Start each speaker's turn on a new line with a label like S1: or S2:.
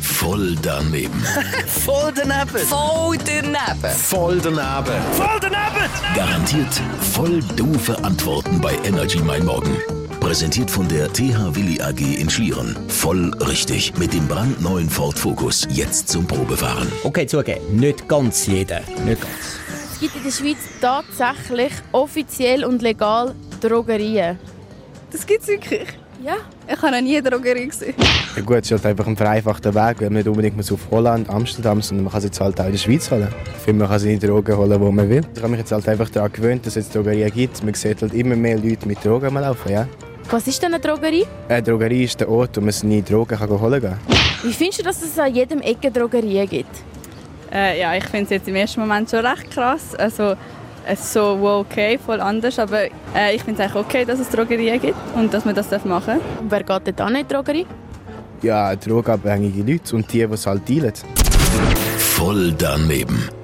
S1: Voll daneben.
S2: Voll daneben.
S3: Voll daneben.
S1: Voll daneben. Garantiert voll doofe Antworten bei Energy Mein Morgen. Präsentiert von der TH Willi AG in Schlieren. Voll richtig. Mit dem brandneuen Ford Focus. Jetzt zum Probefahren.
S2: Okay, zugeben, nicht ganz jeder. Nicht ganz.
S4: Es gibt in der Schweiz tatsächlich offiziell und legal Drogerien.
S5: Das gibt's wirklich.
S4: Ja.
S5: Ich habe noch nie in der Drogerie gesehen.
S6: Ja gut, es ist halt einfach ein vereinfachter Weg, wenn man nicht unbedingt muss auf Holland, Amsterdam, sondern man kann es jetzt halt auch in der Schweiz holen. Ich finde, man kann seine Drogen holen, wo man will. Ich habe mich jetzt halt einfach daran gewöhnt, dass es jetzt Drogerien gibt. Man sieht halt immer mehr Leute mit Drogen am Laufen, ja.
S4: Was ist denn eine Drogerie?
S6: Eine Drogerie ist der Ort, wo man seine Drogen kann holen kann.
S4: Wie findest du, dass es an jedem Ecke Drogerien gibt?
S5: Äh, ja, ich finde es jetzt im ersten Moment schon recht krass. Also es ist so wow, okay, voll anders, aber äh, ich finde es eigentlich okay, dass es Drogerien gibt und dass man das machen darf.
S4: Und wer geht denn an in die Drogerie?
S6: Ja, drogenabhängige Leute und die, die es halt dealen.
S1: Voll daneben.